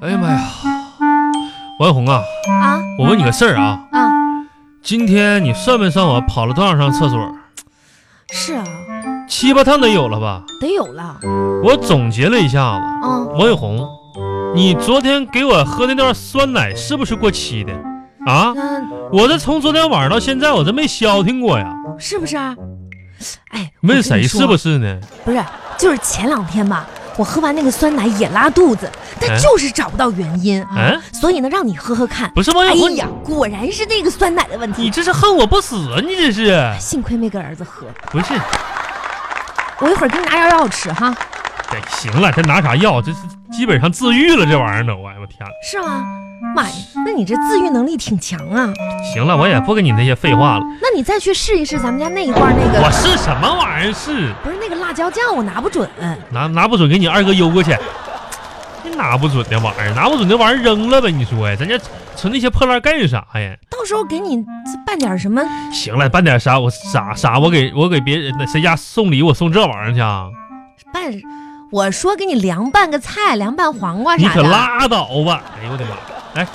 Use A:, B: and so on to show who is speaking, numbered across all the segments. A: 哎王小红啊，
B: 啊
A: 我问你个事儿啊，
B: 啊，
A: 今天你算没算我跑了多少趟厕所？
B: 是啊，
A: 七八趟得有了吧？
B: 得有了
A: 我总结了一下子，
B: 啊。
A: 王小红，你昨天给我喝那段酸奶是不是过期的？啊，
B: 那
A: 我这从昨天晚上到现在，我这没消停过呀。
B: 是不是啊？哎，
A: 问谁是不
B: 是？
A: 是呢？
B: 不是，就是前两天吧，我喝完那个酸奶也拉肚子，但
A: 哎
B: 就是找不到原因啊
A: 哎，
B: 所以呢，让你喝喝看。
A: 不是王
B: 哎
A: 小红，
B: 呀，果然是那个酸奶的问
A: 你
B: 题。
A: 这是恨我不死啊！你这是
B: 幸亏没给儿子喝，
A: 不是？
B: 我一会儿给你拿药药吃哈，
A: 哎，行了，这拿啥药？这是基本上自愈了，这玩意儿都，哎呦我天！
B: 是吗？妈呀，那你这自愈能力挺强啊！
A: 行了，我也不跟你那些废话了。
B: 那你再去试一试咱们家那一罐那
A: 我
B: 个，
A: 是什么玩意儿？是
B: 不是那个辣椒酱，我拿不准。
A: 拿拿不准给你二哥邮过去， 你拿不准那玩意儿，拿不准那玩意儿扔了呗？你说呀，咱家存那些破烂干啥呀？
B: 到时候给你办点什么？
A: 行了，办点啥？我啥啥？我给我给别人那谁家送礼，我送这玩意儿去啊？
B: 拌，我说给你凉拌个菜，凉拌黄瓜
A: 你
B: 啥
A: 可
B: 的。
A: 拉倒吧！哎呦我的妈！哎，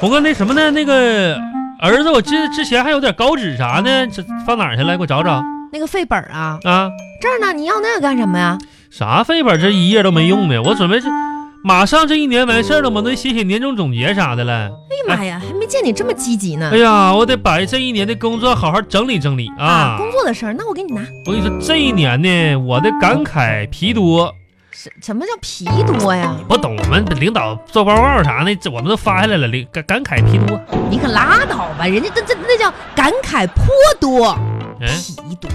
A: 红哥那什么呢？那个儿子，我之之前还有点稿纸啥呢，这放哪儿去了？给我找找
B: 那个费本儿啊，
A: 啊！
B: 这儿呢，你要那个干什么呀？
A: 啥废本，这一页都没用的。我准备这马上这一年完事儿了嘛，那写写年终总结啥的了。
B: 哎呀妈呀，还没见你这么积极呢啊
A: 哎。呀，我得把这一年的工作好好整理整理啊！
B: 工作的事儿，那我给你拿。
A: 我跟你说，这一年呢，我的感慨皮多，
B: 什什么叫皮多呀？
A: 不懂我们领导做报告啥的，这我们都发下来了，领感感慨皮多。
B: 你可拉倒吧，人家这这那叫感慨颇多，
A: 嗯、
B: 皮多。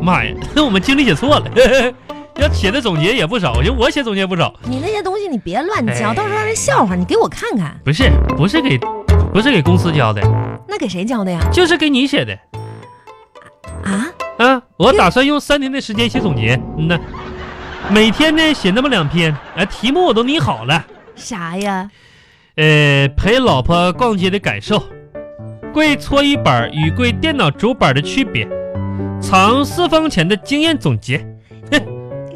A: 妈呀， 那我们经理写错了， 要写的总结也不少，就我写总结不少，
B: 你那些东西你别乱教，
A: 哎
B: 到时候让人笑话。你给我看看，
A: 不是不是给不是给公司交的，
B: 那给谁教的呀？
A: 就是给你写的
B: 啊，
A: 啊！我打算用三天的时间写总结，嗯呐，每天呢写那么两篇，哎，题目我都拟好了，
B: 啥呀？
A: 呃，陪老婆逛街的感受，跪搓衣板与跪电脑主板的区别，藏私房钱的经验总结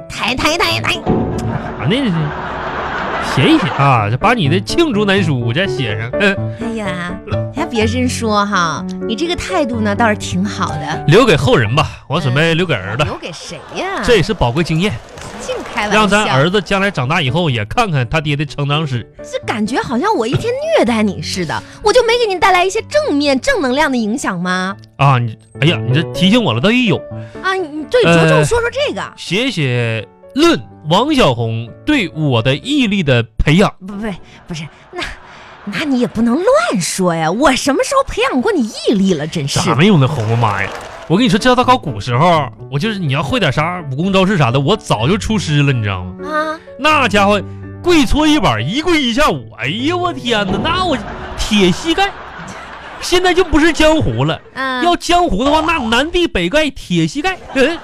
B: 抬抬抬抬，
A: 啊，那是写一写啊，这把你的罄竹难书这写上， 嗯。
B: 哎呀，还别真说哈，你这个态度呢倒是挺好的。
A: 留给后人吧，我准备留给儿子，
B: 留给谁呀？
A: 这也是宝贵经验，
B: 净嗯开玩笑，
A: 让咱儿子将来长大以后也看看他爹的成长史。
B: 这感觉好像我一天虐待你似的，我就没给你带来一些正面、正能量的影响吗？
A: 啊，你，哎呀，你这提醒我了，倒也有，
B: 啊，你你对着重
A: 呃
B: 说说这个，
A: 写写论王小红对我的毅力的培养，
B: 不不不是，那那你也不能乱说呀！我什么时候培养过你毅力了？真是
A: 咋没有那红？我妈呀！我跟你说，这要到搞古时候，我就是你要会点啥武功招式啥的，我早就出师了，你知道吗？
B: 啊！
A: 那家伙跪搓衣板，一跪一下午，哎呀，我天哪，那我铁膝盖，现在就不是江湖了。
B: 嗯，
A: 要江湖的话，那南帝北丐铁膝盖。嗯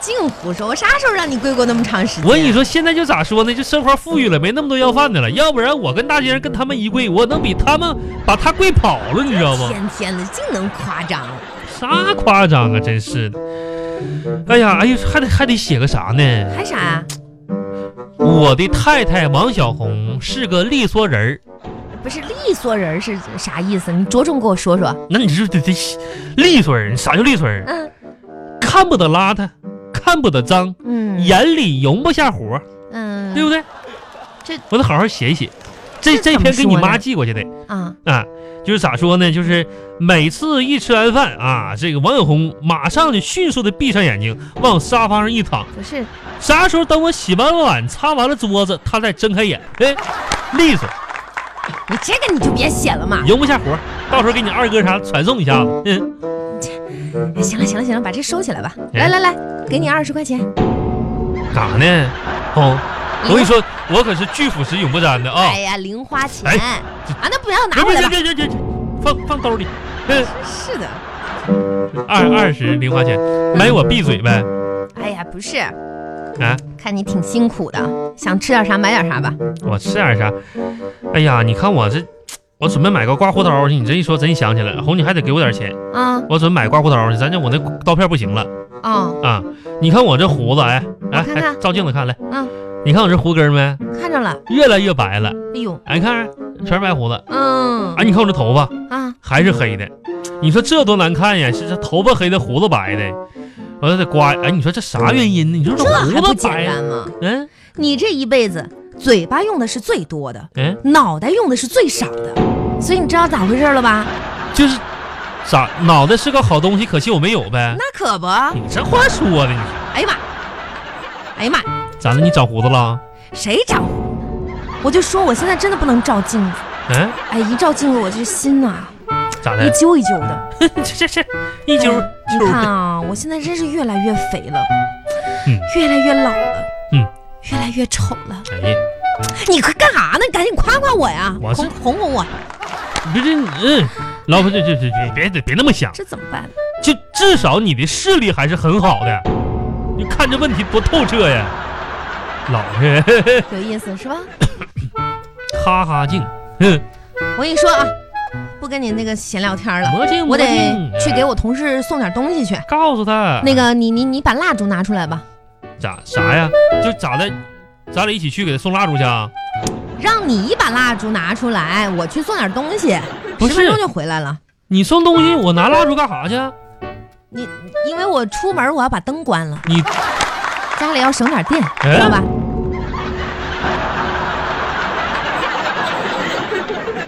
B: 净胡说！我啥时候让你跪过那么长时间？
A: 我跟你说，现在就咋说呢？就生活富裕了，没那么多要饭的了。要不然我跟大街上跟他们一跪，我能比他们把他跪跑了，你知道吗？
B: 天天的净能夸张，
A: 啥夸张啊，真是的。哎呀，哎呦，还得还得写个啥呢？
B: 还啥呀？
A: 我的太太王小红是个利索人儿，
B: 不是利索人是啥意思？你着重给我说说。
A: 那你说这这利索人啥叫利索人？
B: 嗯
A: 看不得邋遢，看不得脏，
B: 嗯
A: 眼里容不下活。
B: 嗯，
A: 对不对？
B: 这
A: 我得好好写一写。这
B: 这
A: 这
B: 怎么
A: 篇给你
B: 说呢
A: 妈寄过去得
B: 啊，
A: 啊，就是咋说呢？就是每次一吃完饭啊，这个王小红马上就迅速的闭上眼睛，往沙发上一躺。
B: 不是
A: 啥时候等我洗完碗、擦完了桌子，她再睁开眼，哎，利索，
B: 你这个你就别写了嘛。
A: 容不下活。到时候给你二哥啥传送一下子。嗯，
B: 哎行了行了行了，把这收起来吧。来
A: 哎
B: 来来，给你二十块钱。
A: 干啥呢？哦，我跟你说，我可是拒腐蚀永不沾的啊
B: 嗯哎！呀，零花钱
A: 哎
B: 啊，那不要拿
A: 别
B: 回
A: 别别
B: 来吧。
A: 别别别，放放兜里。嗯，
B: 是的，
A: 二二十零花钱，买我闭嘴呗。
B: 哎呀，不是，
A: 啊，
B: 看你挺辛苦的，想吃点啥买点啥吧。
A: 我吃点啥？哎呀，你看我这，我准备买个刮胡刀去。你这一说，真想起来了，红，你还得给我点钱。
B: 啊
A: 我准备买刮胡刀去，咱这我那刀片不行了
B: 哦，
A: 啊！你看我这胡子，哎，来、
B: 我看
A: 哎
B: 看
A: 照镜子看来，
B: 嗯，
A: 你看我这胡根儿没？
B: 看着了，
A: 越来越白了。
B: 哎呦，
A: 哎，你看，全是白胡子。
B: 嗯
A: 哎，你看我这头发
B: 啊，
A: 还是黑的，你说这多难看呀！是这头发黑的，胡子白的，完了得刮。哎，你说这啥原因呢？你说这
B: 这还
A: 胡
B: 不
A: 子
B: 简
A: 白，
B: 单吗？
A: 嗯
B: 你这一辈子嘴巴用的是最多的，
A: 嗯，
B: 脑袋用的是最少的，所以你知道咋回事了吧？
A: 就是咋脑袋是个好东西，可惜我没有呗。
B: 那可不，哎
A: 你这话说的，你
B: 呀妈，哎呀妈，
A: 咋的？你长胡子了？
B: 谁长胡子？我就说我现在真的不能照镜子，
A: 嗯，
B: 哎，一照镜子我这心呐、
A: 咋
B: 一
A: 的？
B: 揪一揪的。
A: 这这这一揪
B: 哎
A: 揪
B: 你看
A: 的，
B: 啊，我现在真是越来越肥了，
A: 嗯
B: 越来越老了，
A: 嗯，
B: 越来越丑了。
A: 哎呀，
B: 你快干啥呢？你赶紧夸夸我呀，
A: 我是
B: 哄哄哄我，
A: 不是你，嗯，老婆，这这这别别别别那么想，
B: 这怎么 办？
A: 就至少你的视力还是很好的，你看这问题多透彻呀！老实，
B: 有意思是吧？
A: 哈哈镜，哼，
B: 我跟你说啊，不跟你那个闲聊天了，
A: 魔镜，
B: 我得
A: 魔镜
B: 去给我同事送点东西去。
A: 告诉他
B: 那个，你你你把蜡烛拿出来吧，
A: 咋啥呀？就咋的？咱俩一起去给他送蜡烛去啊？
B: 让你把蜡烛拿出来，我去送点东西，
A: 不
B: 十
A: 是
B: 分钟就回来了。
A: 你送东西，我拿蜡烛干啥去？啊
B: 你因为我出门我要把灯关了，
A: 你
B: 家里要省点电，
A: 哎
B: 知道吧？